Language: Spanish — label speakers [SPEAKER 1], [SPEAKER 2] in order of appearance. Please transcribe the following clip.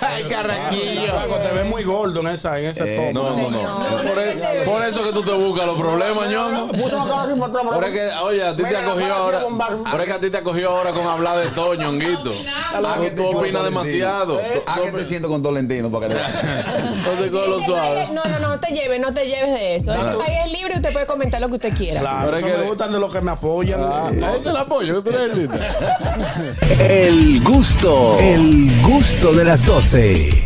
[SPEAKER 1] Ay, Carraquillo.
[SPEAKER 2] Te ves muy gordo en esa, en ese
[SPEAKER 3] Eh,
[SPEAKER 2] tono.
[SPEAKER 3] no, no, no. Por, e- por eso que tú te buscas los problemas, ñongo.
[SPEAKER 4] Puso una cara así por atrás, por
[SPEAKER 3] Por
[SPEAKER 4] atrás.
[SPEAKER 3] es que, oye, a ti te
[SPEAKER 4] Venga,
[SPEAKER 3] acogió
[SPEAKER 4] la
[SPEAKER 3] ahora.
[SPEAKER 4] con bar-
[SPEAKER 3] Por es que a ti te acogió ahora con hablar de todo, ñonguito.
[SPEAKER 1] Ah,
[SPEAKER 3] Tú-
[SPEAKER 1] que
[SPEAKER 3] Tú opinas demasiado.
[SPEAKER 1] Ah, que te siento con Tolentino para que te veas.
[SPEAKER 3] Entonces, con lo suave.
[SPEAKER 5] No, no, no, no te lleves, no te lleves de eso.
[SPEAKER 3] Claro.
[SPEAKER 5] Ahí es libre, usted puede comentar lo que usted quiera.
[SPEAKER 2] Claro,
[SPEAKER 3] Pero es
[SPEAKER 2] eso
[SPEAKER 3] que- Ah,
[SPEAKER 2] me gustan de los que me apoyan. Eh,
[SPEAKER 3] ¿A dónde la apoyo? ¿Qué tú eres, Lita?
[SPEAKER 6] El gusto, el gusto de las 12.